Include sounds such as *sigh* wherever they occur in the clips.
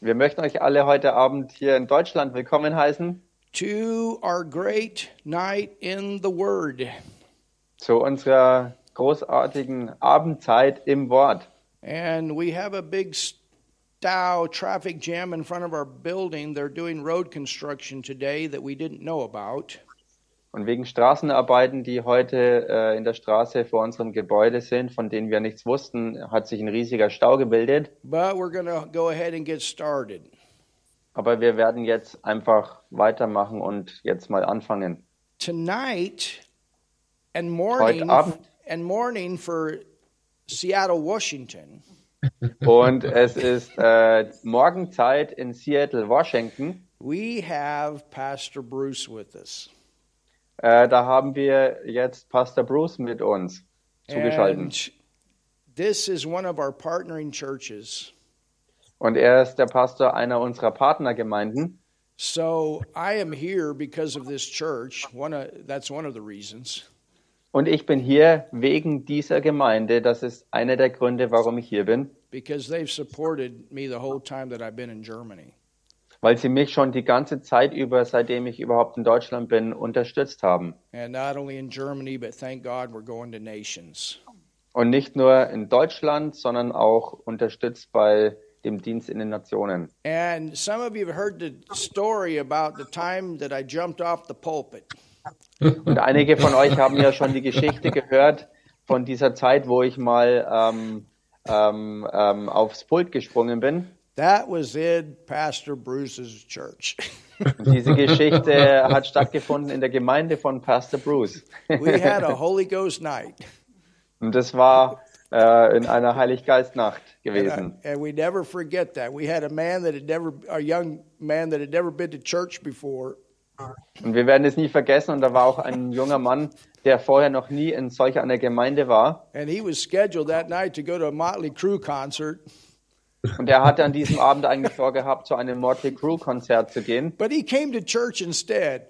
Wir möchten euch alle heute Abend hier in Deutschland willkommen heißen to our great night in the Word. zu unserer großartigen Abendzeit im Wort. And we have a big Stow traffic jam in front of our building. They're doing road construction today that we didn't know about. Und wegen Straßenarbeiten, die heute äh, in der Straße vor unserem Gebäude sind, von denen wir nichts wussten, hat sich ein riesiger Stau gebildet. But we're going to go ahead and get started. Aber wir werden jetzt einfach weitermachen und jetzt mal anfangen. Tonight and morning Abend. and morning for Seattle, Washington. Und es ist äh, Morgenzeit in Seattle, Washington. We have Pastor Bruce with us. Äh, da haben wir jetzt Pastor Bruce mit uns zugeschaltet. And this is one of our partnering churches. Und er ist der Pastor einer unserer Partnergemeinden. So I am here because of this church. One of, that's one of the reasons. Und ich bin hier wegen dieser Gemeinde. Das ist einer der Gründe, warum ich hier bin, Because they've supported me the whole time that I've been in Germany. weil sie mich schon die ganze Zeit über, seitdem ich überhaupt in Deutschland bin, unterstützt haben. And not only in Germany, but thank God we're going to nations. Und nicht nur in Deutschland, sondern auch unterstützt bei dem Dienst in den Nationen. And some of you have heard the story about the time that I jumped off the pulpit. Und einige von euch haben ja schon die Geschichte gehört von dieser Zeit, wo ich mal ähm, ähm, ähm, aufs Pult gesprungen bin. That was in Pastor Bruce's church. *laughs* Und diese Geschichte hat stattgefunden in der Gemeinde von Pastor Bruce. *laughs* we had a Holy Ghost night, Und das war äh, in einer Heiliggeistnacht gewesen. and we never forget that. We had a man that had never, a young man that had never been to church before, Und wir werden es nie vergessen. Und da war auch ein junger Mann, der vorher noch nie in solch einer Gemeinde war. And he was scheduled that night to go to a Motley Crue concert, Und er hatte an diesem Abend eigentlich vorgehabt, zu einem Motley Crue Konzert zu gehen. but he came to church instead.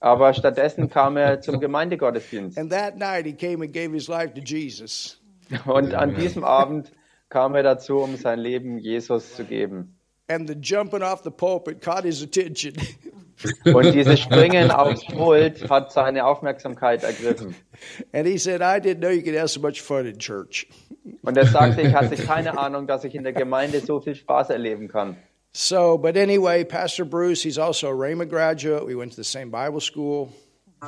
Aber stattdessen kam er zum Gemeindegottesdienst. And that night he came and gave his life to Jesus. Und an diesem Abend kam er dazu, um sein Leben Jesus zu geben. And the jumping off the pulpit caught his attention. *laughs* Und dieses Springen aufs Pult hat seine Aufmerksamkeit ergriffen. and he said, I didn't know you could have so much fun in church. Und er sagte, ich hatte keine Ahnung, dass ich in der Gemeinde so viel Spaß erleben kann. So, but anyway, Pastor Bruce, he's also a Rhema graduate. We went to the same Bible school.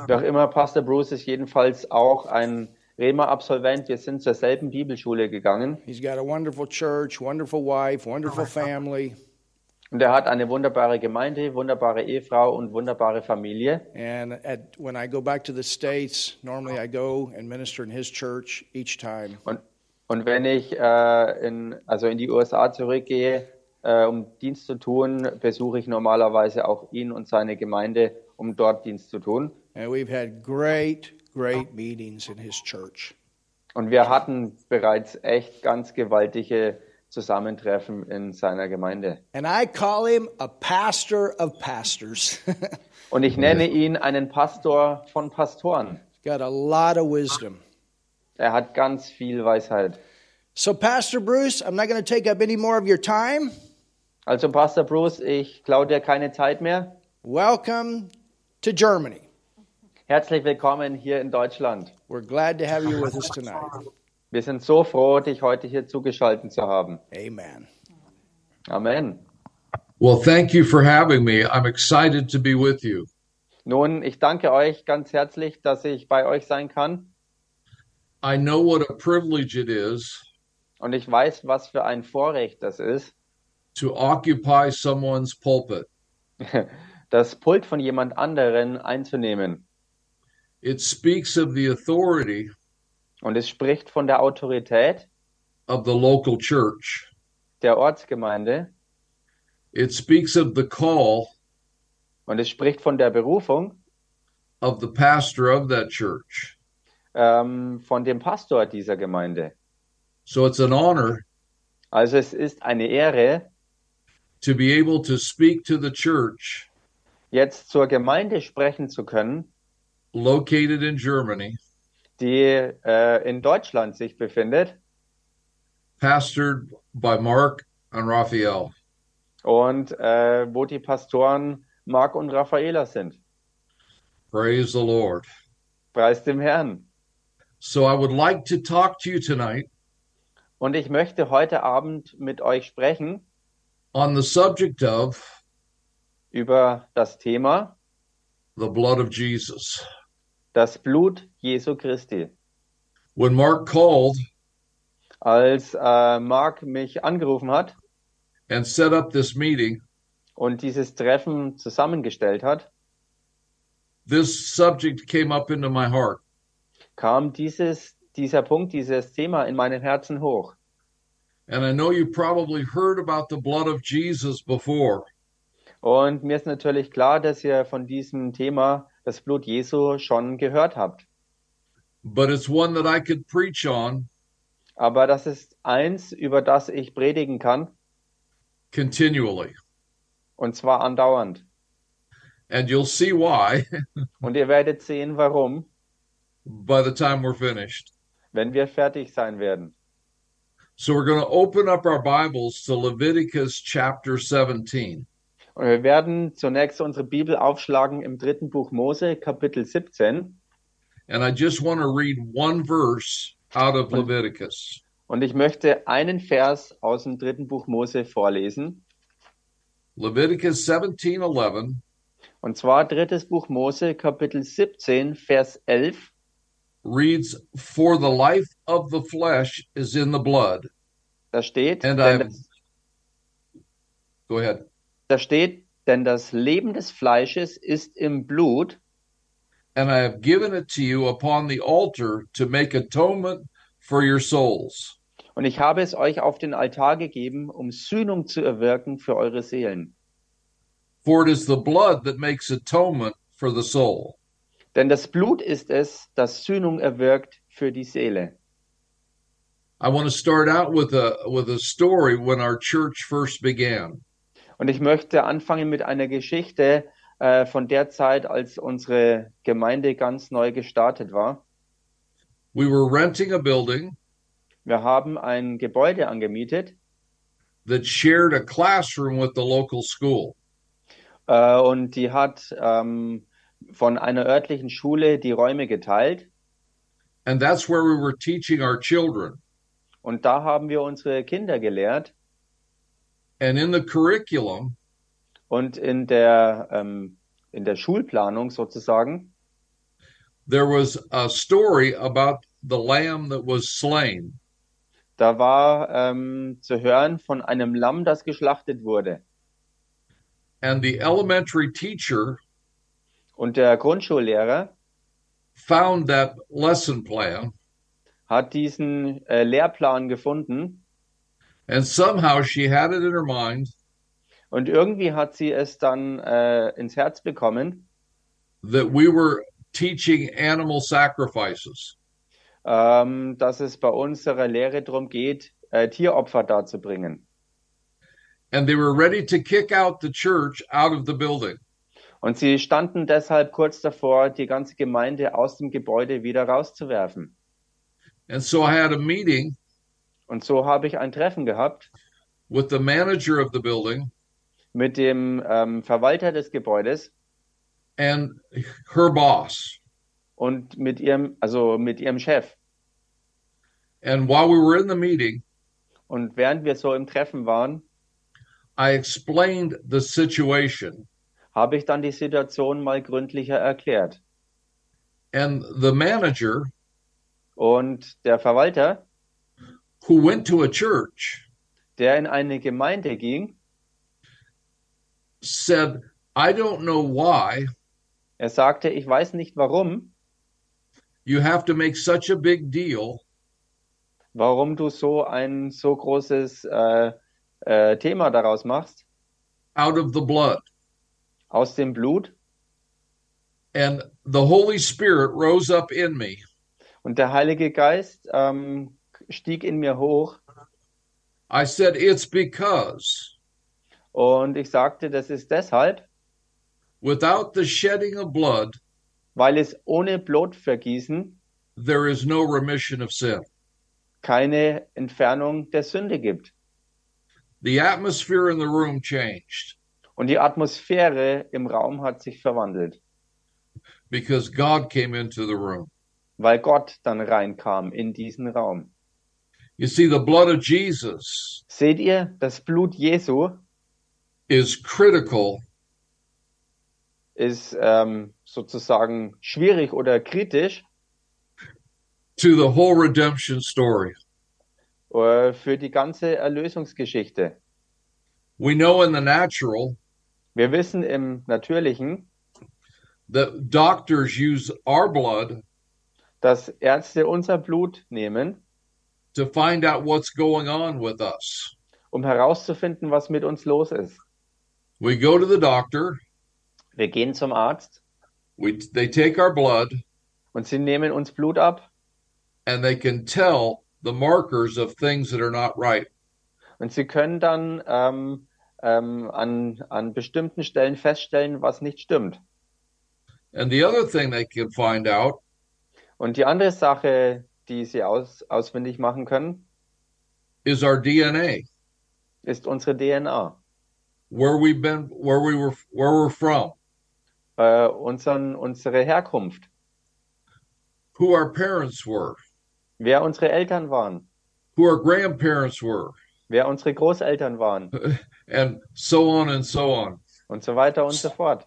Wie auch immer, Pastor Bruce ist jedenfalls auch ein Rema-Absolvent. Wir sind zur selben Bibelschule gegangen He's got a wonderful church, wonderful wife, wonderful family. und er hat eine wunderbare Gemeinde, wunderbare Ehefrau und wunderbare Familie. And at, when I go back to the States, normally I go and minister in his church each time. Und, und wenn ich äh, in, also in die USA zurückgehe, äh, um Dienst zu tun, besuche ich normalerweise auch ihn und seine Gemeinde, um dort Dienst zu tun. And we've had great, great meetings in his church. Und wir hatten bereits echt ganz gewaltige Zusammentreffen in seiner Gemeinde. And I call him a pastor of pastors. *laughs* He's Und ich nenne ihn einen Pastor von Pastoren. got a lot of wisdom. Er hat ganz viel Weisheit. So, Pastor Bruce, I'm not going to take up any more of your time. Also Pastor Bruce, ich klaue dir keine Zeit mehr. Welcome to Germany. Herzlich willkommen hier in Deutschland. We're glad to have you with us tonight. Wir sind so froh, dich heute hier zugeschaltet zu haben. Amen. Amen. Well, thank you for having me. I'm excited to be with you. Nun, ich danke euch ganz herzlich, dass ich bei euch sein kann. I know what a privilege it is Und ich weiß, was für ein Vorrecht das ist, to occupy someone's pulpit. das Pult von jemand anderen einzunehmen. It speaks of the authority Und es spricht von der Autorität of the local church, der Ortsgemeinde. it speaks of the call Und es spricht von der Berufung of the pastor of that church. ähm, von dem Pastor dieser Gemeinde. So it's an honor Also es ist eine Ehre, to be able to speak to the church jetzt zur Gemeinde sprechen zu können, located in Germany, die äh, in Deutschland sich befindet, pastored by Mark and Raphael. und äh, wo die Pastoren Mark und Raffaela sind. Praise the Lord. Preis dem Herrn. So I would like to talk to you tonight Und ich möchte heute Abend mit euch sprechen on the subject of über das Thema the blood of Jesus. das Blut Jesu Christi. When Mark called Als äh, Mark mich angerufen hat and set up this meeting, und dieses Treffen zusammengestellt hat, this subject came up into my heart. kam dieses, dieser Punkt, dieses Thema in meinem Herzen hoch. And I know you probably heard about the blood of Jesus before, Und mir ist natürlich klar, dass ihr von diesem Thema das Blut Jesu schon gehört habt. but it's one that I could preach on Aber das ist eins, über das ich predigen kann, continually. und zwar andauernd. And you'll see why *laughs* Und ihr werdet sehen, warum, by the time we're finished. wenn wir fertig sein werden. So we're going to open up our Bibles to Leviticus chapter 17. Und wir werden zunächst unsere Bibel aufschlagen im dritten Buch Mose, Kapitel 17. And I just want to read one verse out of Leviticus. Und ich möchte einen Vers aus dem dritten Buch Mose vorlesen. Leviticus 17 11 Und zwar drittes Buch Mose, Kapitel 17, Vers 11. reads, For the life of the flesh is in the blood. Da steht, And denn I'm. das, Go ahead. da steht, denn das Leben des Fleisches ist im Blut And I have given it to you upon the altar to make atonement for your souls. und ich habe es euch auf den Altar gegeben, um Sühnung zu erwirken für eure Seelen. For it is the blood that makes atonement for the soul. Denn das Blut ist es, das Sühnung erwirkt für die Seele. I want to start out with a with a story when our church first began. Und ich möchte anfangen mit einer Geschichte äh, von der Zeit, als unsere Gemeinde ganz neu gestartet war. We were renting a building Wir haben ein Gebäude angemietet that shared a classroom with the local school. äh, und die hat ähm, von einer örtlichen Schule die Räume geteilt. And that's where we were teaching our children. Und da haben wir unsere Kinder gelehrt. And in the curriculum, Und in der, ähm, in der Schulplanung sozusagen, there was a story about the lamb that was slain. da war ähm, zu hören von einem Lamm, das geschlachtet wurde. And the elementary teacher Und der Grundschullehrer found that lesson plan hat diesen äh, Lehrplan gefunden and somehow she had it in her mind und irgendwie hat sie es dann äh, ins Herz bekommen, that we were teaching animal sacrifices. ähm, dass es bei unserer Lehre darum geht, äh, Tieropfer darzubringen. and they were ready to kick out the church out of the building. Und sie standen deshalb kurz davor, die ganze Gemeinde aus dem Gebäude wieder rauszuwerfen. And so I had a meeting Und so habe ich ein Treffen gehabt with the manager of the building mit dem ähm, Verwalter des Gebäudes and her boss. und mit ihrem, also mit ihrem Chef. And while we were in the meeting, Und während wir so im Treffen waren, I explained the situation. habe ich dann die Situation mal gründlicher erklärt. And the manager, Und der Verwalter, who went to a church, der in eine Gemeinde ging, said, I don't know why er sagte, ich weiß nicht warum, you have to make such a big deal warum du so ein so großes äh, äh, Thema daraus machst, out of the blood. aus dem Blut. And the Holy Spirit rose up in me Und der Heilige Geist ähm, stieg in mir hoch I said, It's because und ich sagte, das ist deshalb, without the shedding of blood, weil es ohne Blutvergießen there is no remission of sin. keine Entfernung der Sünde gibt. The atmosphere in the room changed Und die Atmosphäre im Raum hat sich verwandelt, because God came into the room. weil Gott dann reinkam in diesen Raum. You see, the blood of Jesus Seht ihr, das Blut Jesu is critical ist ähm, sozusagen schwierig oder kritisch to the whole redemption story. äh, für die ganze Erlösungsgeschichte. We know in the natural Wir wissen im Natürlichen, that doctors use our blood dass Ärzte unser Blut nehmen, to find out what's going on with us. um herauszufinden, was mit uns los ist. We go to the doctor, Wir gehen zum Arzt we they take our blood und sie nehmen uns Blut ab and they can tell the markers of things that are not right. und sie können dann ähm, ähm, an, an bestimmten Stellen feststellen, was nicht stimmt. And the other thing they can find out Und die andere Sache, die sie aus, ausfindig machen können, is our DNA, ist unsere DNA, where we've been, where we were, where we're from, äh, unseren, unsere Herkunft. who our parents were, wer unsere Eltern waren, who our grandparents were, wer unsere Großeltern waren and so on and so on. und so weiter und so fort.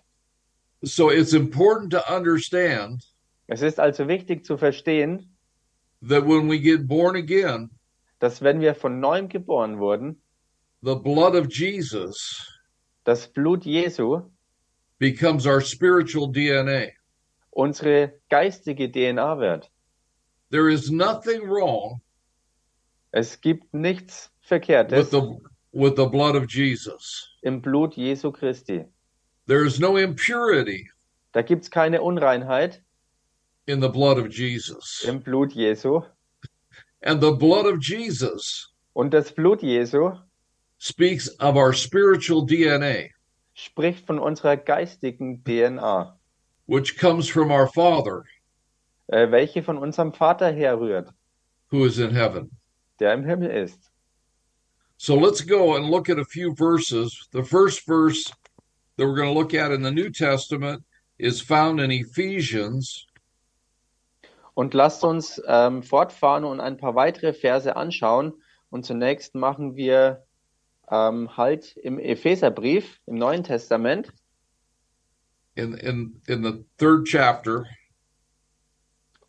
So it's important to understand Es ist also wichtig zu verstehen, that when we get born again, dass wenn wir von neuem geboren wurden, the blood of Jesus das Blut Jesu becomes our spiritual DNA. unsere geistige DNA wird. There is nothing wrong Es gibt nichts with Verkehrtes the with the blood of Jesus. im Blut Jesu Christi. There is no impurity Da gibt's keine Unreinheit in the blood of Jesus. im Blut Jesu. And the blood of Jesus Und das Blut Jesu speaks of our spiritual DNA, spricht von unserer geistigen DNA, which comes from our Father äh, welche von unserem Vater herrührt, who is in heaven. der im Himmel ist. So let's go and look at a few verses. The first verse that we're going to look at in the New Testament is found in Ephesians Und lasst uns ähm, fortfahren und ein paar weitere Verse anschauen. Und zunächst machen wir ähm, halt im Epheserbrief, im Neuen Testament, in in in the third chapter,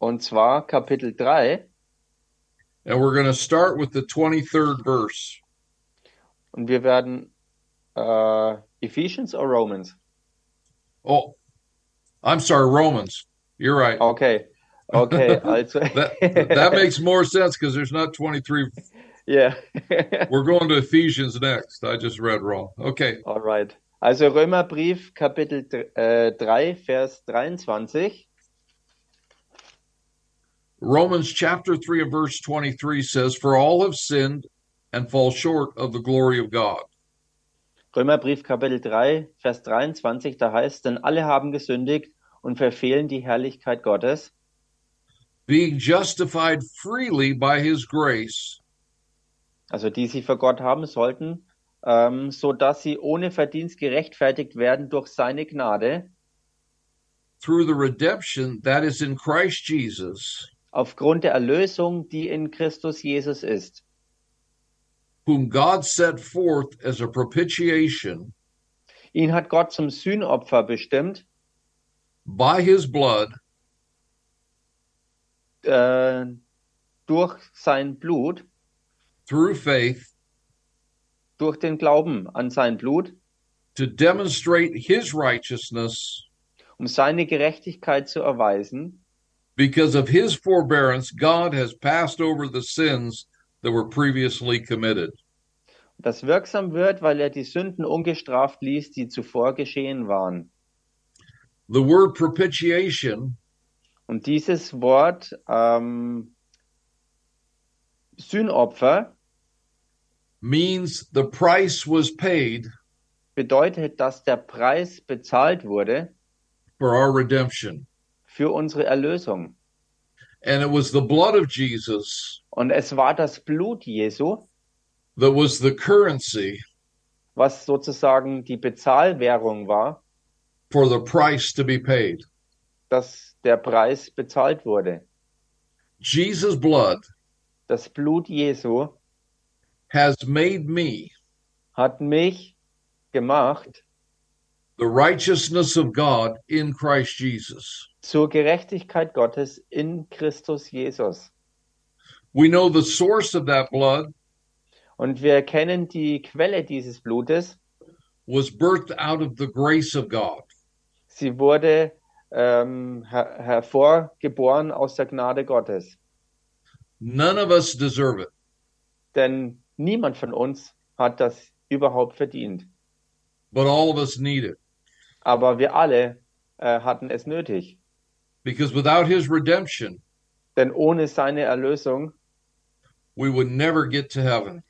und zwar Kapitel 3. and we're going to start with the 23rd verse. Und wir werden äh, Ephesians or Romans? Oh, I'm sorry, Romans. You're right. Okay, *laughs* okay, also. That *laughs* that makes more sense because there's not 23. yeah, *laughs* We're going to Ephesians next. I just read wrong. Okay, alright. Also Römerbrief, Kapitel dr- äh, 3, Vers 23. Romans chapter 3 and verse 23 says, For all have sinned and fall short of the glory of God. Römerbrief Kapitel 3, Vers 23, da heißt, denn alle haben gesündigt und verfehlen die Herrlichkeit Gottes, Being justified freely by his grace also die sie vor Gott haben sollten, ähm, so dass sie ohne Verdienst gerechtfertigt werden durch seine Gnade, through the redemption that is in Christ Jesus, aufgrund der Erlösung, die in Christus Jesus ist, whom God set forth as a propitiation Ihn hat Gott zum Sühnopfer bestimmt, by his blood äh, durch sein Blut, through faith durch den Glauben an sein Blut, to demonstrate his righteousness um seine Gerechtigkeit zu erweisen, because of his forbearance god has passed over the sins that were previously committed das wirksam wird, weil er die Sünden ungestraft ließ, die zuvor geschehen waren. the word propitiation Und dieses Wort ähm, Sühnopfer means the price was paid bedeutet, dass der Preis bezahlt wurde for our redemption für unsere Erlösung. and it was the blood of jesus Und es war das Blut Jesu, that was the currency was sozusagen die Bezahlwährung war, for the price to be paid. dass der Preis bezahlt wurde. Jesus' blood Das Blut Jesu has made me hat mich gemacht the righteousness of God in Christ Jesus. zur Gerechtigkeit Gottes in Christus Jesus. We know the source of that blood Und wir kennen die Quelle dieses Blutes. was birthed out of the grace of God. Sie wurde ähm, her hervorgeboren aus der Gnade Gottes. None of us deserve it. Denn niemand von uns hat das überhaupt verdient. but all of us need it Aber wir alle äh, hatten es nötig. because without his redemption Denn ohne seine Erlösung we would never get to heaven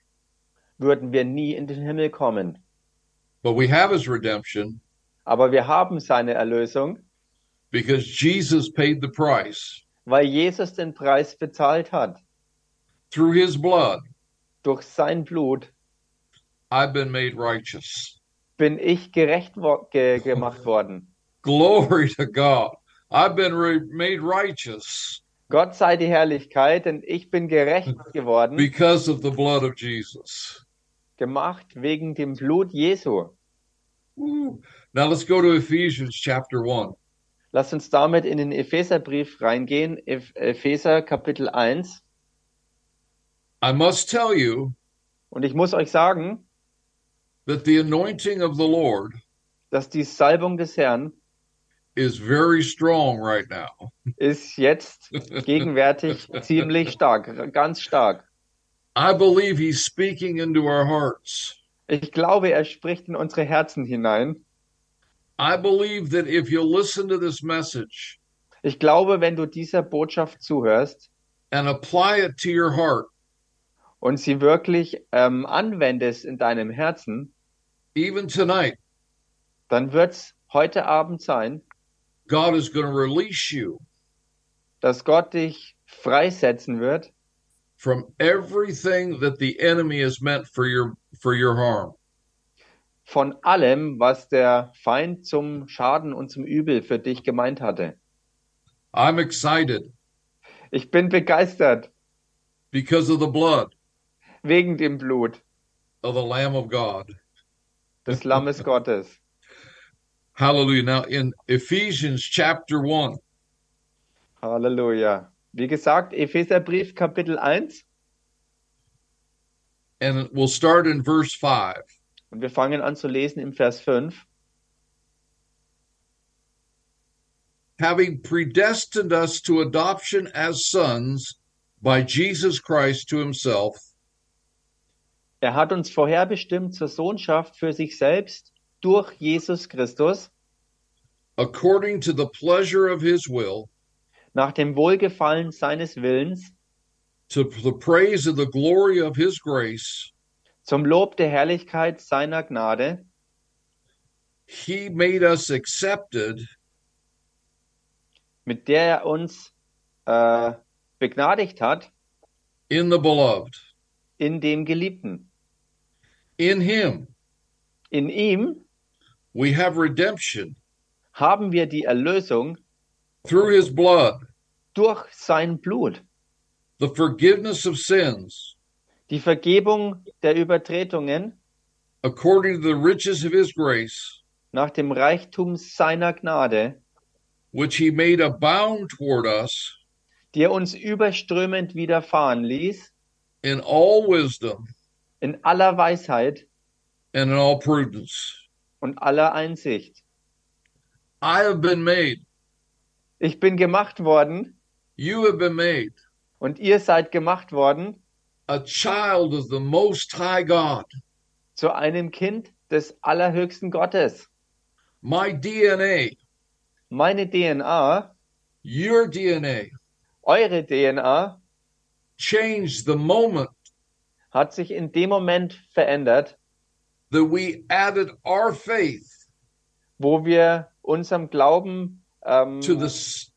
würden wir nie in den Himmel kommen. but we have his redemption Aber wir haben seine Erlösung, because jesus paid the price weil Jesus den Preis bezahlt hat. through his blood Durch sein Blut i've been made righteous bin ich gerecht wo ge gemacht worden. glory to god i've been re- made righteous Gott sei die Herrlichkeit, denn ich bin gerecht geworden, because of the blood of jesus gemacht wegen dem Blut Jesu. Woo. now let's go to ephesians chapter 1 Lasst uns damit in den Epheserbrief reingehen, Eph- Epheser Kapitel 1. i must tell you Und ich muss euch sagen, that the anointing of the lord dass die Salbung des Herrn is very strong right now ist jetzt gegenwärtig ziemlich stark, ganz stark. i believe he's speaking into our hearts Ich glaube, er spricht in unsere Herzen hinein. I believe that if you listen to this message Ich glaube, wenn du dieser Botschaft zuhörst and apply it to your heart, und sie wirklich ähm, anwendest in deinem Herzen, even tonight, dann wird's heute Abend sein, God is going to release you dass Gott dich freisetzen wird from everything that the enemy has meant for your for your harm. von allem, was der Feind zum Schaden und zum Übel für dich gemeint hatte. I'm excited Ich bin begeistert because of the blood wegen dem Blut of the Lamb of God. des Lammes Gottes. Hallelujah. Now in Ephesians chapter 1, Halleluja. Wie gesagt, Epheserbrief Kapitel 1 and we'll start in verse 5. und wir fangen an zu lesen im Vers 5. Having predestined us to adoption as sons by Jesus Christ to himself Er hat uns vorherbestimmt zur Sohnschaft für sich selbst durch Jesus Christus according to the pleasure of his will, nach dem Wohlgefallen seines Willens to the praise of the glory of his grace, zum Lob der Herrlichkeit seiner Gnade. he made us accepted mit der er uns äh, begnadigt hat in the beloved. in dem Geliebten. In him In ihm we have redemption haben wir die Erlösung through his blood, durch sein Blut, the forgiveness of sins, die Vergebung der Übertretungen according to the riches of his grace, nach dem Reichtum seiner Gnade, which he made abound toward us die er uns überströmend widerfahren ließ, in all wisdom in aller Weisheit and in all prudence. und aller Einsicht. I have been made, Ich bin gemacht worden you have been made, und ihr seid gemacht worden a child of the Most High God. zu einem Kind des allerhöchsten Gottes. My DNA, Meine DNA, your DNA, eure DNA changed the moment hat sich in dem Moment verändert, that we added our faith wo wir unserem Glauben ähm, to the s-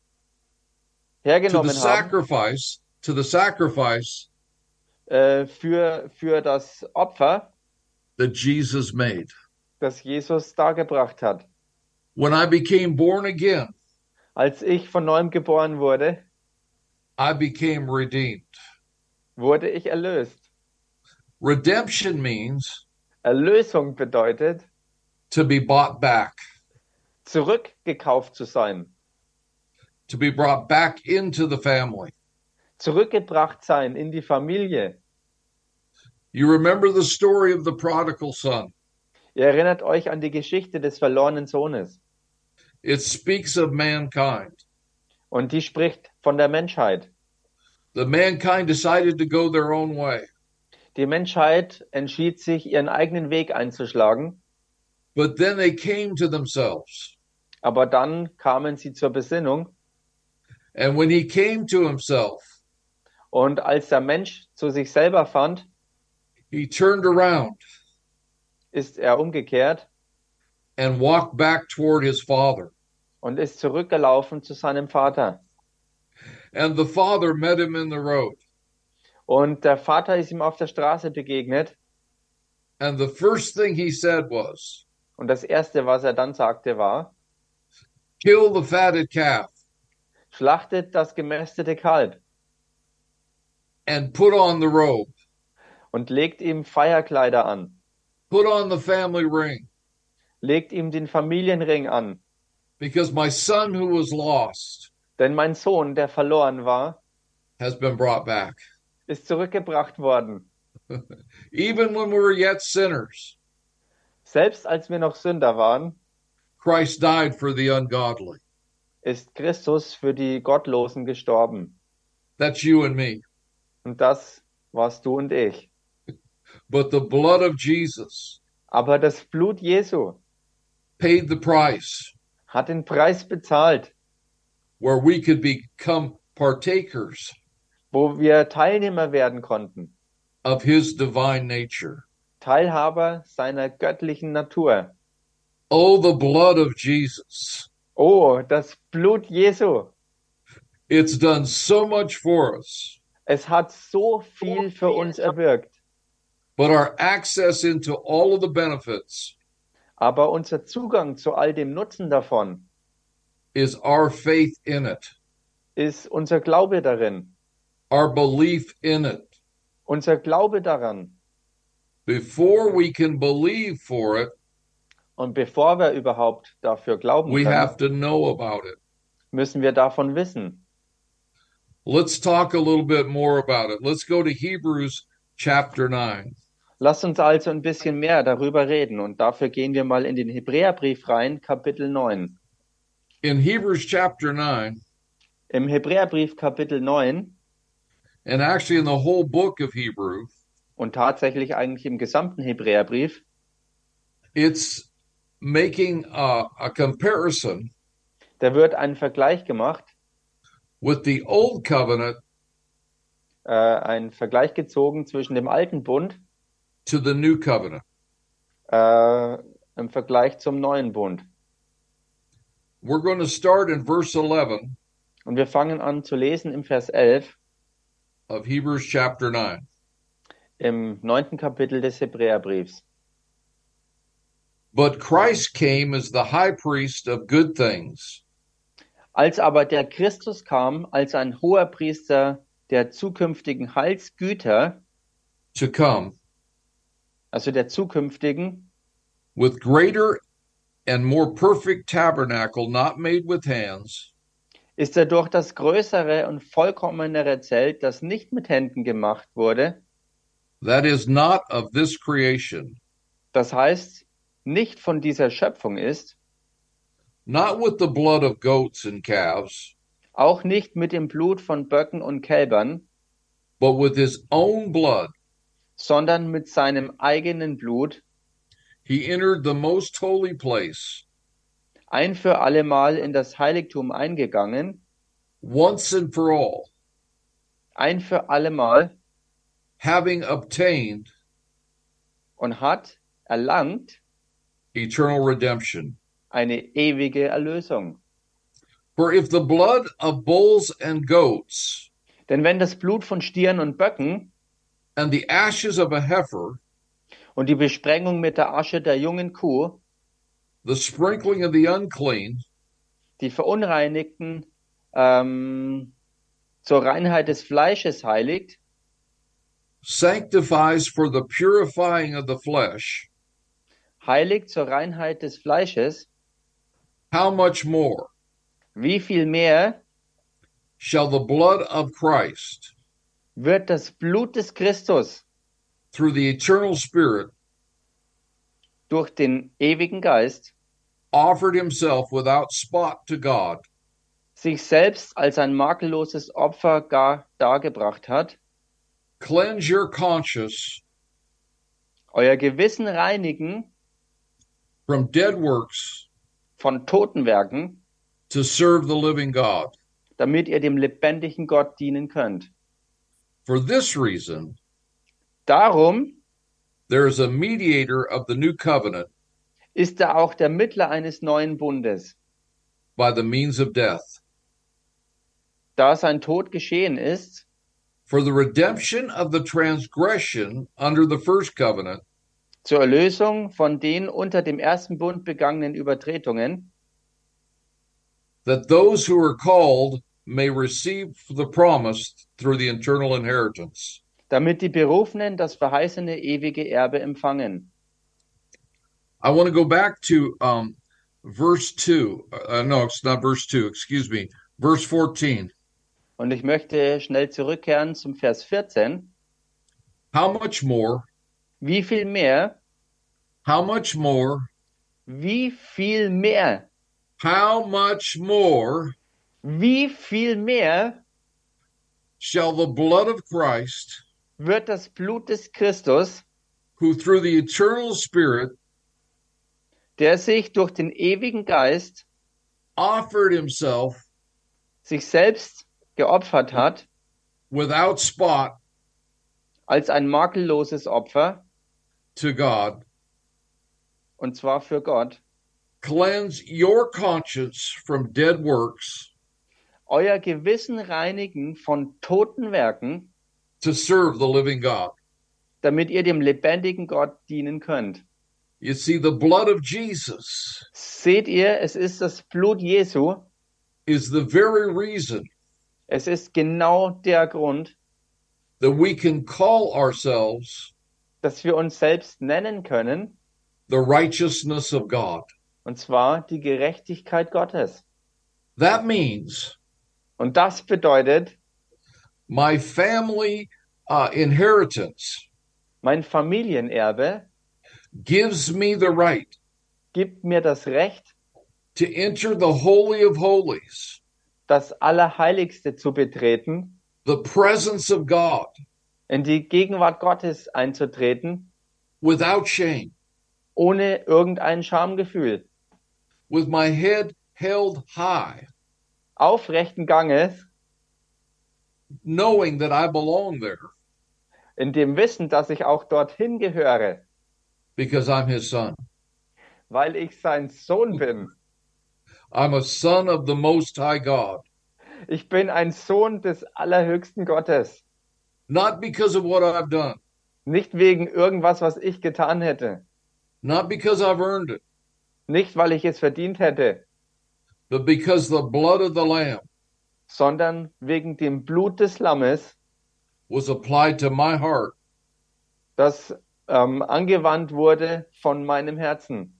to the hergenommen haben, sacrifice to the sacrifice äh, für, für das Opfer, that Jesus made. das Jesus dargebracht hat. When I became born again, Als ich von neuem geboren wurde, I became redeemed. wurde ich erlöst. Redemption means Erlösung bedeutet, to be bought back, zurückgekauft zu sein, to be brought back into the family. zurückgebracht sein in die Familie. You remember the story of the prodigal son. Ihr erinnert euch an die Geschichte des verlorenen Sohnes. It speaks of mankind. Und die spricht von der Menschheit. The mankind decided to go their own way, Die Menschheit entschied sich, ihren eigenen Weg einzuschlagen, but then they came to themselves. aber dann kamen sie zur Besinnung. And when he came to himself, Und als der Mensch zu sich selber fand, he turned around ist er umgekehrt and walked back toward his father. und ist zurückgelaufen zu seinem Vater. And the father met him in the road. Und der Vater ist ihm auf der Straße begegnet. And the first thing he said was, Und das Erste, was er dann sagte, war, Kill the fatted calf schlachtet das gemästete Kalb and put on the robe, und legt ihm Feierkleider an, put on the family ring, legt ihm den Familienring an. because my son who was lost Denn mein Sohn, der verloren war, has been brought back. ist zurückgebracht worden. Even when we were yet sinners, Selbst als wir noch Sünder waren, Christ died for the ungodly. ist Christus für die Gottlosen gestorben. That's you and me. Und das warst du und ich. But the blood of Jesus Aber das Blut Jesu paid the price hat den Preis bezahlt, where we could become partakers wo wir Teilnehmer werden konnten, of his divine nature. Teilhaber seiner göttlichen Natur. Oh, the blood of Jesus. Oh, das Blut Jesu. It's done so much for us, Es hat so viel für uns erwirkt, but our access into all of the benefits aber unser Zugang zu all dem Nutzen davon is our faith in it, ist unser Glaube darin, our belief in it. unser Glaube daran. Before we can believe for it, Und bevor wir überhaupt dafür glauben we können, have to know about it. müssen wir davon wissen. Let's talk a little bit more about it. Let's go to Hebrews chapter 9. Lasst uns also ein bisschen mehr darüber reden und dafür gehen wir mal in den Hebräerbrief rein, Kapitel 9. In Hebrews chapter 9, Im Hebräerbrief Kapitel 9 and actually in the whole book of Hebrew, und tatsächlich eigentlich im gesamten Hebräerbrief it's making a, a comparison da wird ein Vergleich gemacht, with the old covenant äh, ein Vergleich gezogen zwischen dem alten Bund to the new covenant. äh, im Vergleich zum neuen Bund. We're going to start in verse 11 Und wir fangen an zu lesen im Vers 11 of Hebrews chapter 9. im neunten Kapitel des Hebräerbriefs. But Christ came as the high priest of good things, Als aber der Christus kam, als ein hoher Priester der zukünftigen Heilsgüter, to come also der zukünftigen, with greater and more perfect tabernacle, not made with hands, ist er durch das größere und vollkommenere Zelt, das nicht mit Händen gemacht wurde, that is not of this creation, das heißt, nicht von dieser Schöpfung ist, not with the blood of goats and calves, auch nicht mit dem Blut von Böcken und Kälbern, but with his own blood. sondern mit seinem eigenen Blut He entered the most holy place ein für allemal in das Heiligtum eingegangen, once and for all, ein für allemal having obtained und hat erlangt eternal redemption. eine ewige Erlösung. For if the blood of bulls and goats Denn wenn das Blut von Stieren und Böcken and the ashes of a heifer, Und die Besprengung mit der Asche der jungen Kuh, the sprinkling of the unclean, die Verunreinigten ähm, zur Reinheit des Fleisches heiligt, sanctifies for the purifying of the flesh, heiligt zur Reinheit des Fleisches, how much more wie viel mehr shall the blood of Christ, wird das Blut des Christus through the eternal Spirit, durch den ewigen Geist offered himself without spot to God, sich selbst als ein makelloses Opfer gar dargebracht hat, cleanse your conscience euer Gewissen reinigen from dead works von Totenwerken, to serve the living God? damit ihr dem lebendigen Gott dienen könnt. For this reason, Darum there is a mediator of the new covenant ist da auch der Mittler eines neuen Bundes, by the means of death, da sein Tod geschehen ist, for the redemption of the transgression under the first covenant, zur Erlösung von den unter dem ersten Bund begangenen Übertretungen, that those who are called may receive the promise through the eternal inheritance. damit die Berufenen das verheißene ewige Erbe empfangen. I want to go back to um, verse 2. Uh, no, it's not verse 2, excuse me. Verse 14. Und ich möchte schnell zurückkehren zum Vers 14. How much more? Wie viel mehr, How much more? wie viel mehr, How much more wie viel mehr shall the blood of Christ, wird das Blut des Christus, who through the eternal Spirit der sich durch den ewigen Geist offered himself sich selbst geopfert hat, without spot als ein makelloses Opfer, to God, und zwar für Gott, cleanse your conscience from dead works euer Gewissen reinigen von toten Werken, to serve the living God? damit ihr dem lebendigen Gott dienen könnt. You see, the blood of Jesus Seht ihr, es ist das Blut Jesu, is the very reason es ist genau der Grund, that we can call ourselves dass wir uns selbst nennen können, the righteousness of God. und zwar die Gerechtigkeit Gottes. That means Und das bedeutet, my family uh, inheritance mein Familienerbe gives me the right gibt mir das Recht, to enter the Holy of Holies, das Allerheiligste zu betreten, the presence of God in die Gegenwart Gottes einzutreten, without shame, ohne irgendein Schamgefühl, with my head held high, aufrechten Ganges, knowing that I belong there in dem Wissen, dass ich auch dorthin gehöre, because I'm His son. weil ich sein Sohn bin. I'm a son of the Most High God, Ich bin ein Sohn des Allerhöchsten Gottes, not because of what I've done, nicht wegen irgendwas, was ich getan hätte, not because I've earned it, nicht weil ich es verdient hätte, but because the blood of the Lamb sondern wegen dem Blut des Lammes, was applied to my heart das ähm, angewandt wurde von meinem Herzen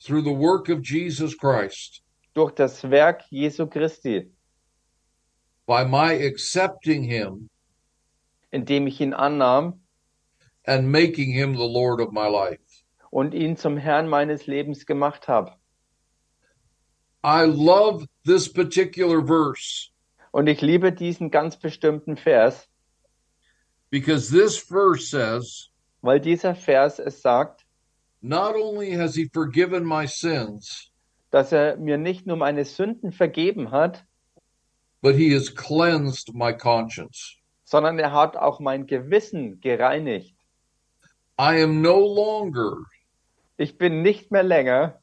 through the work of Jesus Christ durch das Werk Jesu Christi, by my accepting Him indem ich ihn annahm and making Him the Lord of my life. und ihn zum Herrn meines Lebens gemacht habe. I love this particular verse Und ich liebe diesen ganz bestimmten Vers, because this verse says, weil dieser Vers es sagt, Not only has He forgiven my sins, dass er mir nicht nur meine Sünden vergeben hat, but He has cleansed my conscience. sondern er hat auch mein Gewissen gereinigt. I am no longer Ich bin nicht mehr länger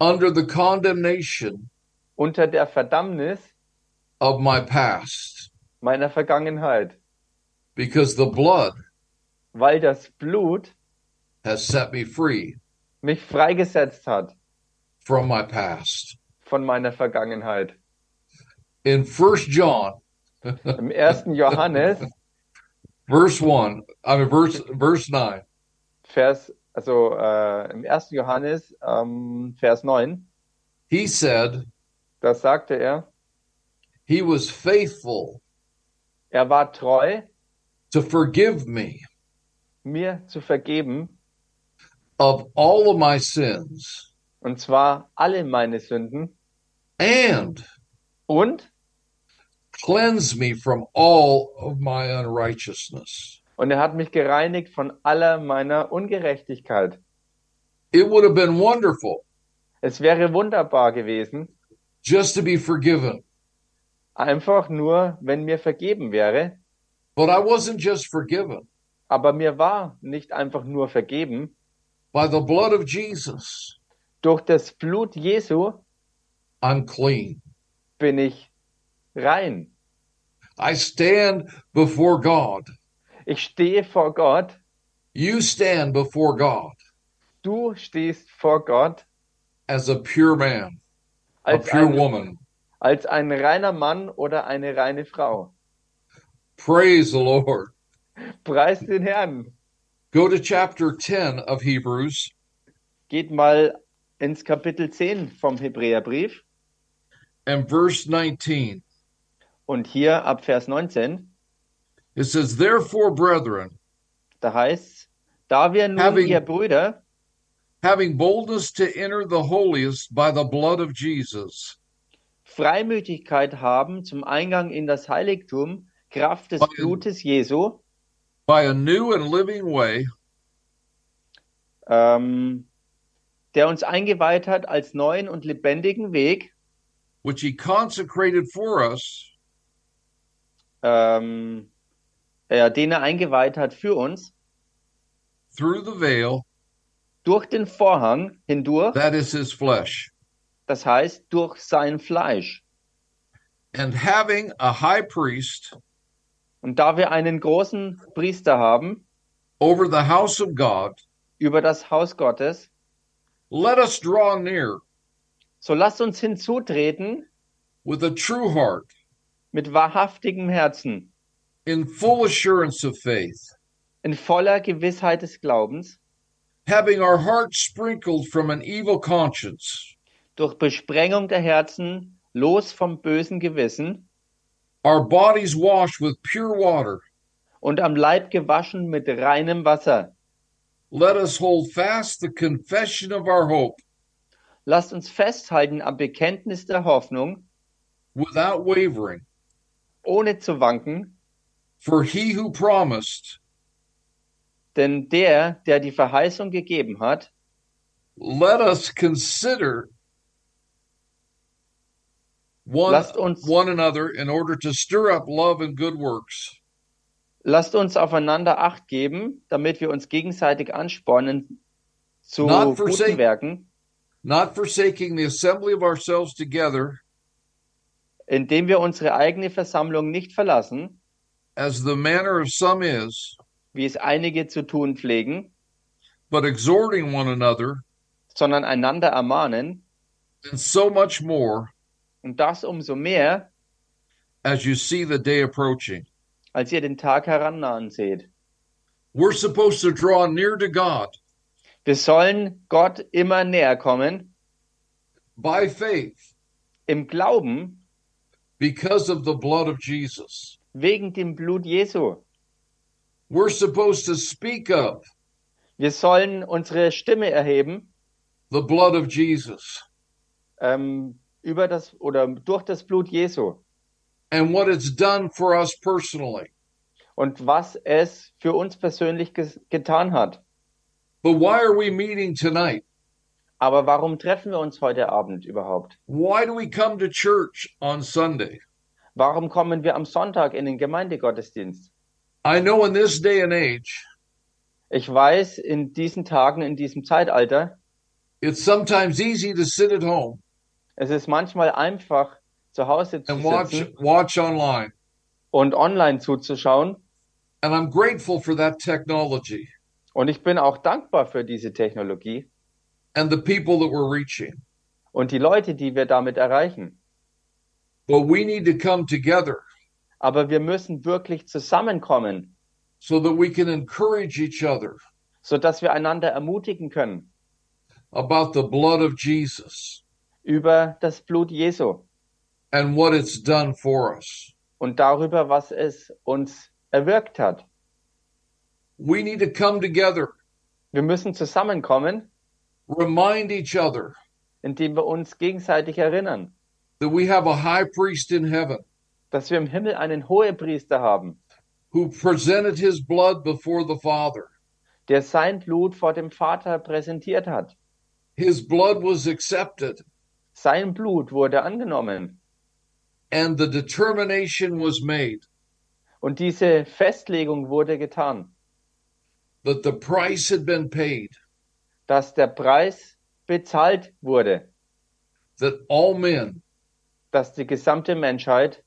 under the condemnation unter der Verdammnis of my past meiner Vergangenheit, because the blood weil das Blut has set me free mich freigesetzt hat from my past. von meiner Vergangenheit. In First John, Im ersten Johannes, verse one, I mean verse verse nine, Vers, also äh, im ersten Johannes, ähm, Vers 9, he said da sagte er, he was faithful er war treu, to forgive me mir zu vergeben, of all of my sins und zwar alle meine Sünden and und, cleanse me from all of my unrighteousness. und er hat mich gereinigt von aller meiner Ungerechtigkeit. It would have been wonderful Es wäre wunderbar gewesen, just to be forgiven, einfach nur, wenn mir vergeben wäre, but I wasn't just forgiven aber mir war nicht einfach nur vergeben. by the blood of Jesus. Durch das Blut Jesu I'm clean. bin ich rein. I stand before God. Ich stehe vor Gott, You stand before God du stehst vor Gott as a pure man, a als pure ein, woman. als ein reiner Mann oder eine reine Frau. Praise the Lord. Preis den Herrn. Go to chapter 10 of Hebrews Geht mal ins Kapitel 10 vom Hebräerbrief and verse 19. und hier ab Vers 19, It says, Therefore, brethren, da heißt da wir nun Having- ihr Brüder having boldness to enter the holiest by the blood of Jesus, Freimütigkeit haben zum Eingang in das Heiligtum, Kraft des Amen. Blutes Jesu, by a new and living way ähm, der uns eingeweiht hat als neuen und lebendigen Weg, which he consecrated for us ähm, ja, den er eingeweiht hat für uns, through the veil durch den Vorhang hindurch, that is his flesh das heißt durch sein Fleisch. and having a high priest Und da wir einen großen Priester haben over the house of god über das Haus Gottes, let us draw near so lasst uns hinzutreten with a true heart mit wahrhaftigem Herzen, in full assurance of faith in voller Gewissheit des Glaubens, having our hearts sprinkled from an evil conscience durch Besprengung der Herzen, los vom bösen Gewissen our bodies washed with pure water und am Leib gewaschen mit reinem Wasser. let us hold fast the confession of our hope Lasst uns festhalten am Bekenntnis der Hoffnung, without wavering ohne zu wanken, for he who promised Denn der, der die Verheißung gegeben hat, let us consider one, Lasst uns- one another in order to stir up love and good works, lasst uns aufeinander Acht geben, damit wir uns gegenseitig anspornen zu Not for guten sake. Werken, not forsaking the assembly of ourselves together, indem wir unsere eigene Versammlung nicht verlassen, as the manner of some is, wie es einige zu tun pflegen, but exhorting one another, sondern einander ermahnen, and so much more und das umso mehr, as you see the day approaching. als ihr den Tag herannahen seht. We're supposed to draw near to God Wir sollen Gott immer näher kommen, by faith im Glauben, because of the blood of Jesus. wegen dem Blut Jesu. We're supposed to speak of Wir sollen unsere Stimme erheben, the blood of Jesus ähm, über das oder durch das Blut Jesu and what it's done for us personally. und was es für uns persönlich ges- getan hat. But why are we meeting tonight? Aber warum treffen wir uns heute Abend überhaupt? Why do we come to church on Sunday? Warum kommen wir am Sonntag in den Gemeindegottesdienst? I know in this day and age, Ich weiß, in diesen Tagen, in diesem Zeitalter, it's sometimes easy to sit at home es ist manchmal einfach, zu Hause zu and watch sitzen watch online und online zuzuschauen And I'm grateful for that technology Und ich bin auch dankbar für diese Technologie and the people that we're reaching. und die Leute, die wir damit erreichen. But we need to come together Aber wir müssen wirklich zusammenkommen, so that we can encourage each other sodass wir einander ermutigen können about the blood of Jesus über das Blut Jesu and what it's done for us. und darüber, was es uns erwirkt hat. We need to come together, Wir müssen zusammenkommen, remind each other indem wir uns gegenseitig erinnern, that we have a high priest in heaven dass wir im Himmel einen Hohepriester haben, who presented his blood before the Father. der sein Blut vor dem Vater präsentiert hat. His blood was accepted, Sein Blut wurde angenommen and the determination was made und diese Festlegung wurde getan, that the price had been paid, dass der Preis bezahlt wurde, that all men dass die gesamte Menschheit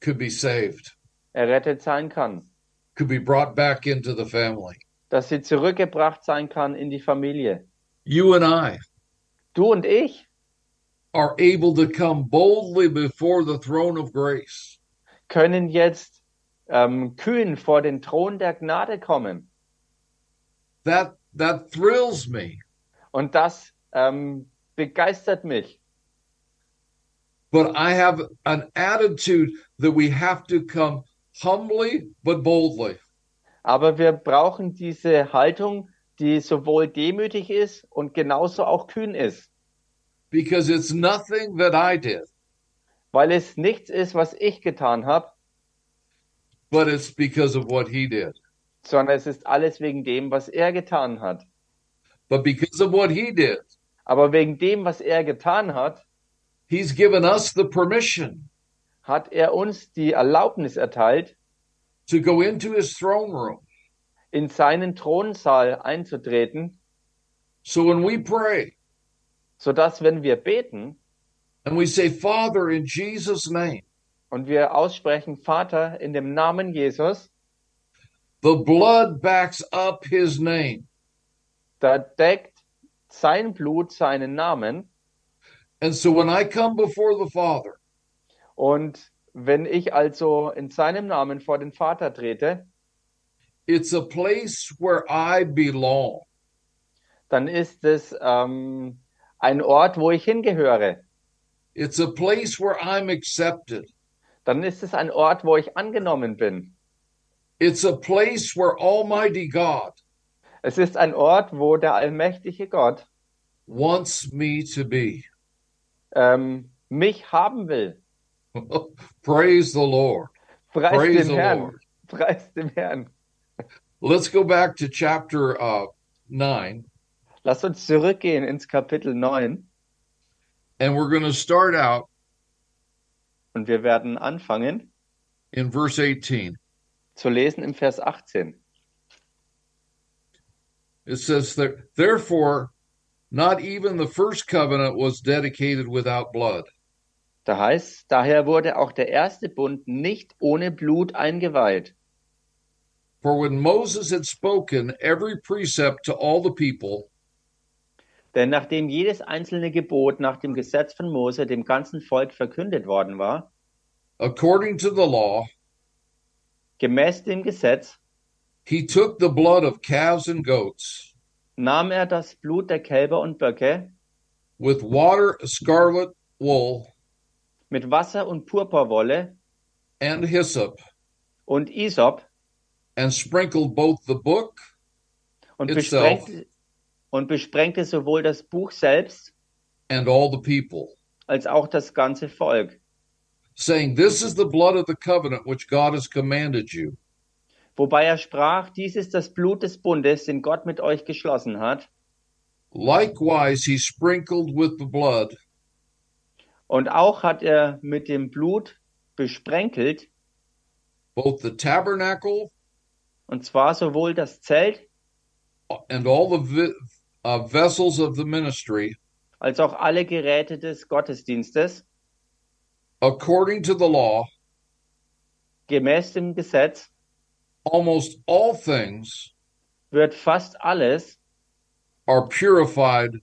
could be saved, errettet sein kann, could be brought back into the family. dass sie zurückgebracht sein kann in die Familie. You and I Du und ich are able to come boldly before the throne of grace können jetzt ähm, kühn vor den Thron der Gnade kommen. that that thrills me Und das ähm, begeistert mich. but i have an attitude that we have to come humbly but boldly Aber wir brauchen diese Haltung, die sowohl demütig ist und genauso auch kühn ist, because it's nothing that i did weil es nichts ist, was ich getan habe, but it's because of what he did sondern es ist alles wegen dem, was er getan hat. but because of what he did Aber wegen dem, was er getan hat, he's given us the permission hat er uns die Erlaubnis erteilt, to go into his throne room in seinen Thronsaal einzutreten, so when we pray sodass, wenn wir beten and we say father in jesus name und wir aussprechen, Vater, in dem Namen Jesus, the blood backs up his name da deckt sein Blut seinen Namen. and so when i come before the father Und wenn ich also in seinem Namen vor den Vater trete, It's a place where I belong. dann ist es ähm, ein Ort, wo ich hingehöre. It's a place where I'm accepted. Dann ist es ein Ort, wo ich angenommen bin. It's a place where Almighty God Es ist ein Ort, wo der allmächtige Gott wants me to be. ähm, mich haben will. *laughs* Praise the Lord. Preis Praise dem the Herrn. Lord. Preis dem Herrn. Let's go back to chapter uh, 9, Lass uns zurückgehen ins Kapitel 9 and we're going to start out und wir werden anfangen in verse 18. zu lesen im Vers 18. It says, there, Therefore, not even the first covenant was dedicated without blood. Da heißt, daher wurde auch der erste Bund nicht ohne Blut eingeweiht. For when Moses had spoken every precept to all the people, Denn nachdem jedes einzelne Gebot nach dem Gesetz von Mose dem ganzen Volk verkündet worden war, according to the law, gemäß dem Gesetz He took the blood of calves and goats nahm er das Blut der Kälber und Böcke with water, scarlet wool, mit Wasser und Purpurwolle and hyssop, und Isop and sprinkled both the book und Itself. besprengte, und besprengte sowohl das Buch selbst and all the people, als auch das ganze Volk, saying, This is the blood of the covenant which God has commanded you. wobei er sprach, dies ist das Blut des Bundes, den Gott mit euch geschlossen hat. Likewise, he sprinkled with the blood Und auch hat er mit dem Blut besprenkelt, both the tabernacle und zwar sowohl das Zelt and all the vi- uh, vessels of the ministry, als auch alle Geräte des Gottesdienstes, according to the law, gemäß dem Gesetz almost all things wird fast alles are purified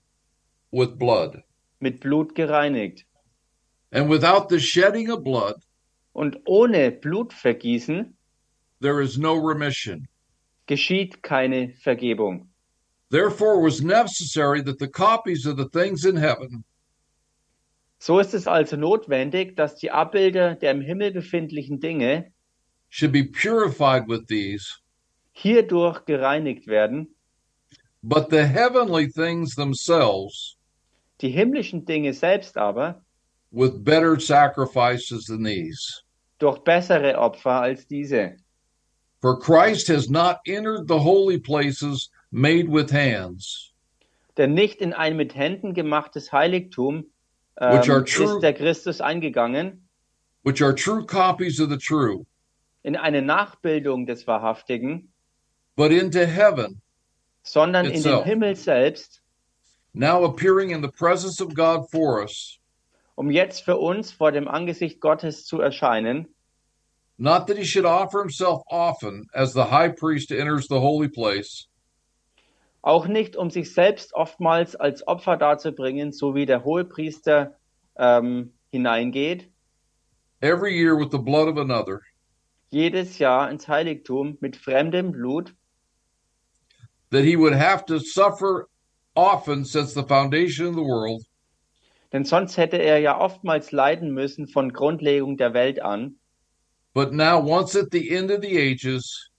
with blood. mit Blut gereinigt. And without the shedding of blood, Und ohne Blutvergießen there is no remission. geschieht keine Vergebung. Therefore, it was necessary that the copies of the things in heaven So ist es also notwendig, dass die Abbilder der im Himmel befindlichen Dinge should be purified with these, hierdurch gereinigt werden. but the heavenly things themselves Die himmlischen Dinge selbst aber with better sacrifices than these. durch bessere Opfer als diese. For Christ has not entered the holy places made with hands, Denn nicht in ein mit Händen gemachtes Heiligtum Which are ähm, true- ist der Christus eingegangen, which are true copies of the true, in eine Nachbildung des Wahrhaftigen, but into heaven, sondern in Itself. den Himmel selbst, now appearing in the presence of God for us. um jetzt für uns vor dem Angesicht Gottes zu erscheinen. Not that he should offer himself often as the high priest enters the holy place, Auch nicht, um sich selbst oftmals als Opfer darzubringen, so wie der Hohepriester ähm, hineingeht, every year with the blood of another, jedes Jahr ins Heiligtum mit fremdem Blut, that he would have to suffer often since the foundation of the world, denn sonst hätte er ja oftmals leiden müssen von Grundlegung der Welt an. but now once at the end of the ages,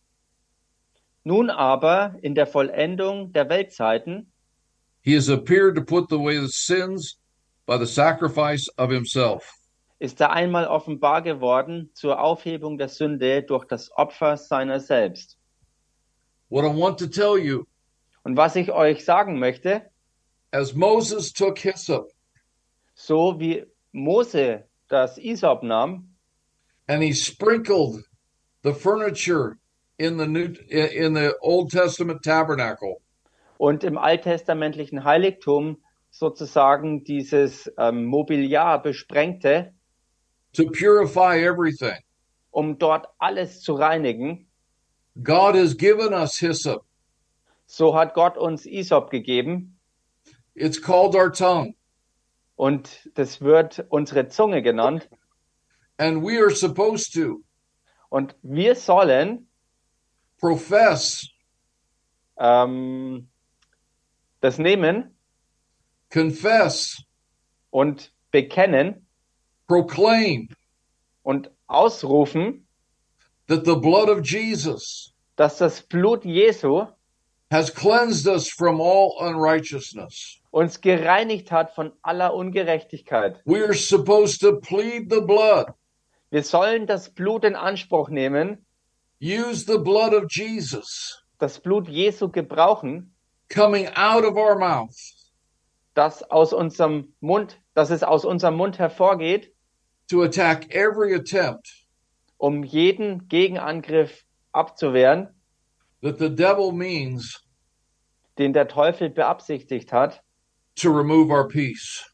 Nun aber in der Vollendung der Weltzeiten he has appeared to put away the sins by the sacrifice of himself. ist er einmal offenbar geworden zur Aufhebung der Sünde durch das Opfer seiner selbst. What I want to tell you, Und was ich euch sagen möchte, as Moses took hyssop so wie Mose das Isop nahm and he sprinkled the furniture in the new in the Old Testament tabernacle, und im alttestamentlichen Heiligtum sozusagen dieses ähm, Mobiliar besprengte, to purify everything. um dort alles zu reinigen, God has given us hyssop. so hat Gott uns Isop gegeben It's called our tongue, und das wird unsere Zunge genannt. and we are supposed to Und wir sollen profess, ähm, das nehmen confess, und bekennen proclaim und ausrufen, that the blood of Jesus dass das Blut Jesu has cleansed us from all unrighteousness. uns gereinigt hat von aller Ungerechtigkeit. We are supposed to plead the blood, Wir sollen das Blut in Anspruch nehmen use the blood of Jesus das Blut Jesu gebrauchen, coming out of our mouth das aus unserem Mund, dass es aus unserem Mund hervorgeht, to attack every attempt um jeden Gegenangriff abzuwehren, that the devil means den der Teufel beabsichtigt hat, to remove our peace,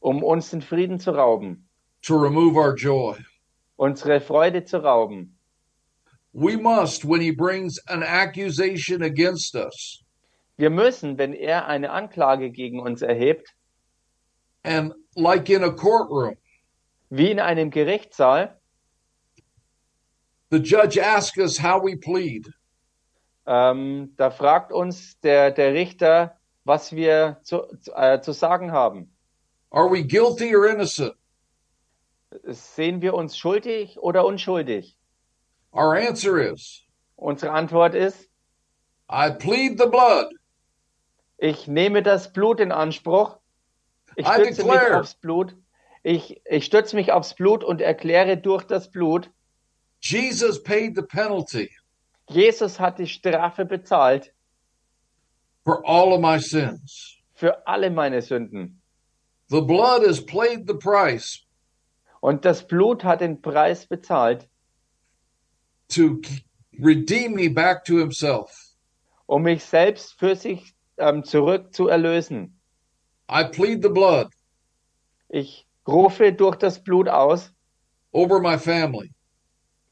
um uns den Frieden zu rauben, to remove our joy. unsere Freude zu rauben. We must, when he brings an accusation against us, Wir müssen, wenn er eine Anklage gegen uns erhebt, and like in a courtroom, wie in einem Gerichtssaal, the judge asks us how we plead. ähm, da fragt uns der, der Richter, was wir zu, zu- äh, zu sagen haben. Are we guilty or innocent? Sehen wir uns schuldig oder unschuldig? Our answer is, Unsere Antwort ist, I plead the blood. Ich nehme das Blut in Anspruch. Ich I stütze mich declare. aufs Blut. Ich, ich stütze mich aufs Blut und erkläre durch das Blut, Jesus paid the penalty Jesus hat die Strafe bezahlt for all of my sins. für alle meine Sünden. The blood has paid the price Und das Blut hat den Preis bezahlt, to redeem me back to himself. um mich selbst für sich ähm, zurück zu erlösen. I plead the blood Ich rufe durch das Blut aus over my family.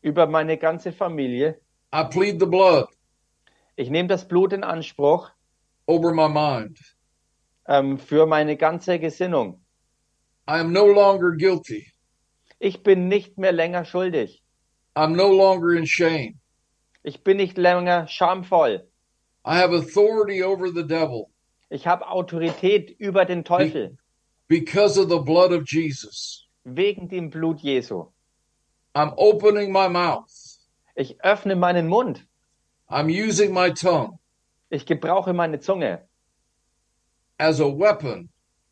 über meine ganze Familie. I plead the blood Ich nehme das Blut in Anspruch over my mind. ähm, für meine ganze Gesinnung. I am no longer guilty. Ich bin nicht mehr länger schuldig. I'm no longer in shame. Ich bin nicht länger schamvoll. I have authority over the devil Ich habe Autorität über den Teufel because of the blood of Jesus. wegen dem Blut Jesu. I'm opening my mouth. Ich öffne meinen Mund. I'm using my tongue Ich gebrauche meine Zunge as a weapon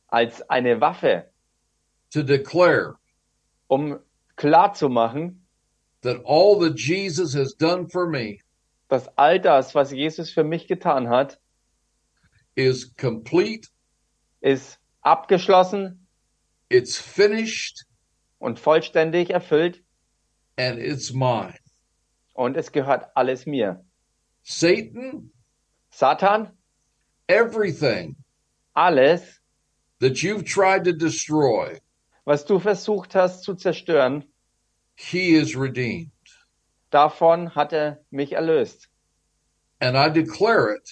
als eine Waffe, to declare um klarzumachen, that all that Jesus has done for me dass all das, was Jesus für mich getan hat, is complete, ist abgeschlossen it's finished, und vollständig erfüllt and it's mine. und es gehört alles mir. Satan, Satan, everything alles, that you've tried to destroy, was du versucht hast zu zerstören, he is redeemed. davon hat er mich erlöst. And I declare it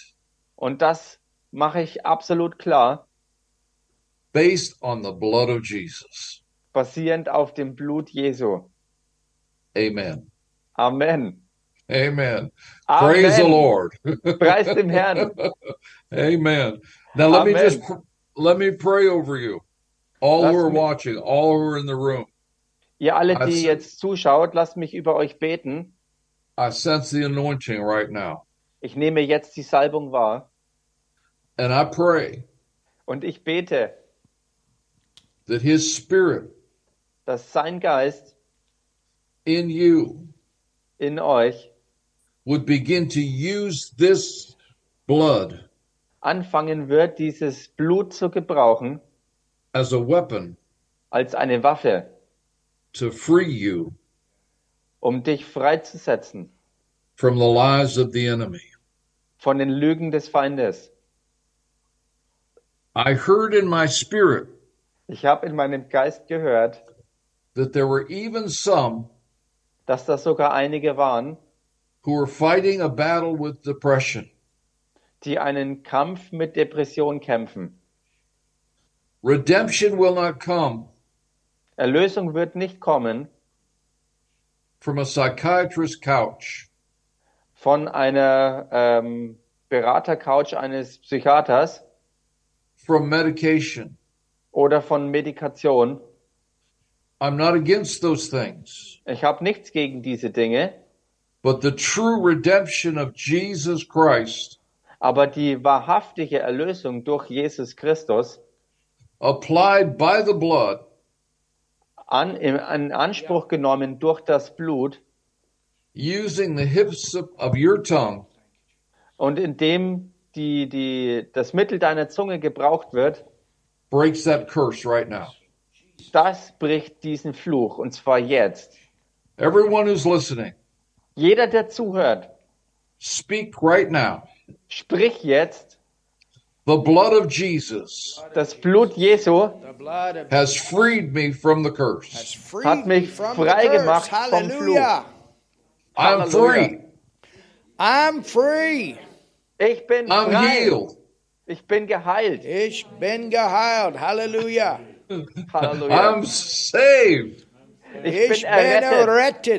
Und das mache ich absolut klar, based on the blood of Jesus. basierend auf dem Blut Jesu. Amen. Amen. Amen. Amen. Praise the Lord. Preis dem *laughs* Herrn. Amen. Now let me Amen. just pr- let me pray over you. All who Lass are mich- watching, all who are in the room. Ihr alle, die Absolut. jetzt zuschaut, lasst mich über euch beten. I sense the anointing right now. Ich nehme jetzt die Salbung wahr And I pray und ich bete, that his spirit dass sein Geist in you in euch would begin to use this blood anfangen wird, dieses Blut zu gebrauchen as a weapon als eine Waffe, to free you um dich freizusetzen from the lies of the enemy. von den Lügen des Feindes. I heard in my spirit Ich habe in meinem Geist gehört, that there were even some dass das sogar einige waren, who were fighting a battle with depression. die einen Kampf mit Depression kämpfen. Redemption will not come Erlösung wird nicht kommen from a psychiatrist's couch. von einer ähm, Beratercouch eines Psychiaters from medication. oder von Medikation. I'm not against those things, Ich habe nichts gegen diese Dinge, but the true redemption of Jesus Christ aber die wahrhaftige Erlösung durch Jesus Christus applied by the blood an, in, in Anspruch genommen durch das Blut using the hips of- of your tongue und indem die, die, das Mittel deiner Zunge gebraucht wird, breaks that curse right now. das bricht diesen Fluch und zwar jetzt. Everyone who's listening, Jeder, der zuhört, speak right now. sprich jetzt, The blood of Jesus das Blut Jesu The blood of has freed me from the has curse. freed Hat me mich from frei the curse. gemacht vom Hallelujah. I'm free. I'm free. Ich bin I'm frei. healed. Ich bin geheilt. Ich bin geheilt. Hallelujah. Halleluja. I'm saved. ich Ich bin bin errettet.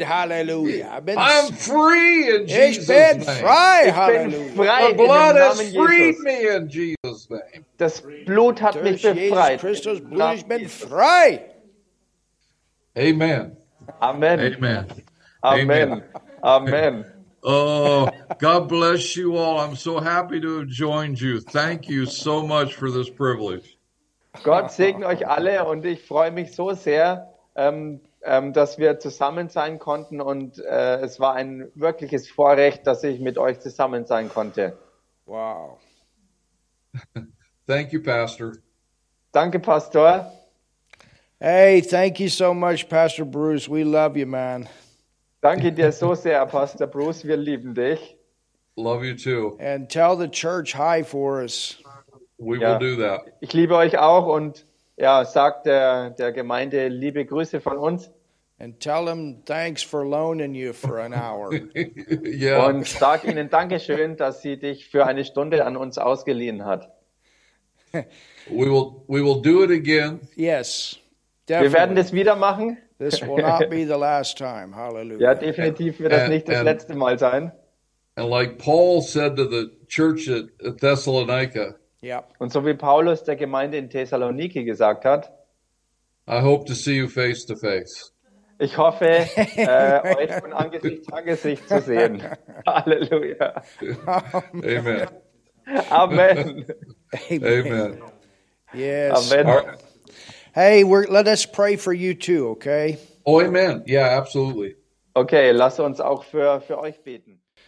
errettet. Hallelujah. I've been I'm free in ich Jesus' bin name. frei. Ich bin Hallelujah. frei The in dem blood Namen has freed Jesus. me in Jesus' name. Das Blut hat mich Durch Jesus befreit. Christus Im Blut, Namen ich bin Jesus. frei. Amen. Amen. Amen. Amen. Amen. Oh, God bless you all. I'm so happy to have joined you. Thank you so much for this privilege. Gott segne euch alle und ich freue mich so sehr, ähm, ähm, dass wir zusammen sein konnten und äh, es war ein wirkliches Vorrecht, dass ich mit euch zusammen sein konnte. Wow. Thank you, Pastor. Danke, Pastor. Hey, thank you so much, Pastor Bruce. We love you, man. Danke dir so *laughs* sehr, Pastor Bruce. Wir lieben dich. Love you too. And tell the church hi for us. We Yeah. will do that. *laughs* Ich liebe euch auch und ja, sagt der, der Gemeinde liebe Grüße von uns. and tell them thanks for loaning you for an hour. *laughs* yeah. Und sag ihnen Dankeschön, dass sie dich für eine Stunde an uns ausgeliehen hat. We will we will do it again. yes, Wir werden definitely. das wieder machen. This will not be *laughs* the last time. Hallelujah. Ja, definitiv wird das Äh, nicht das ähm. letzte Mal sein. And like Paul said to the church at, at Thessalonica, Yep. Und so wie Paulus der Gemeinde in Thessaloniki gesagt hat, I hope to see you face to face. ich hoffe, äh, euch von Angesicht zu Angesicht zu sehen. Halleluja. Amen. Amen. *laughs* Amen. Yes. Amen. All right. Hey, we're, let us pray for you too, okay? Oh, amen. Yeah, absolutely. Okay, lass uns auch für, für euch beten.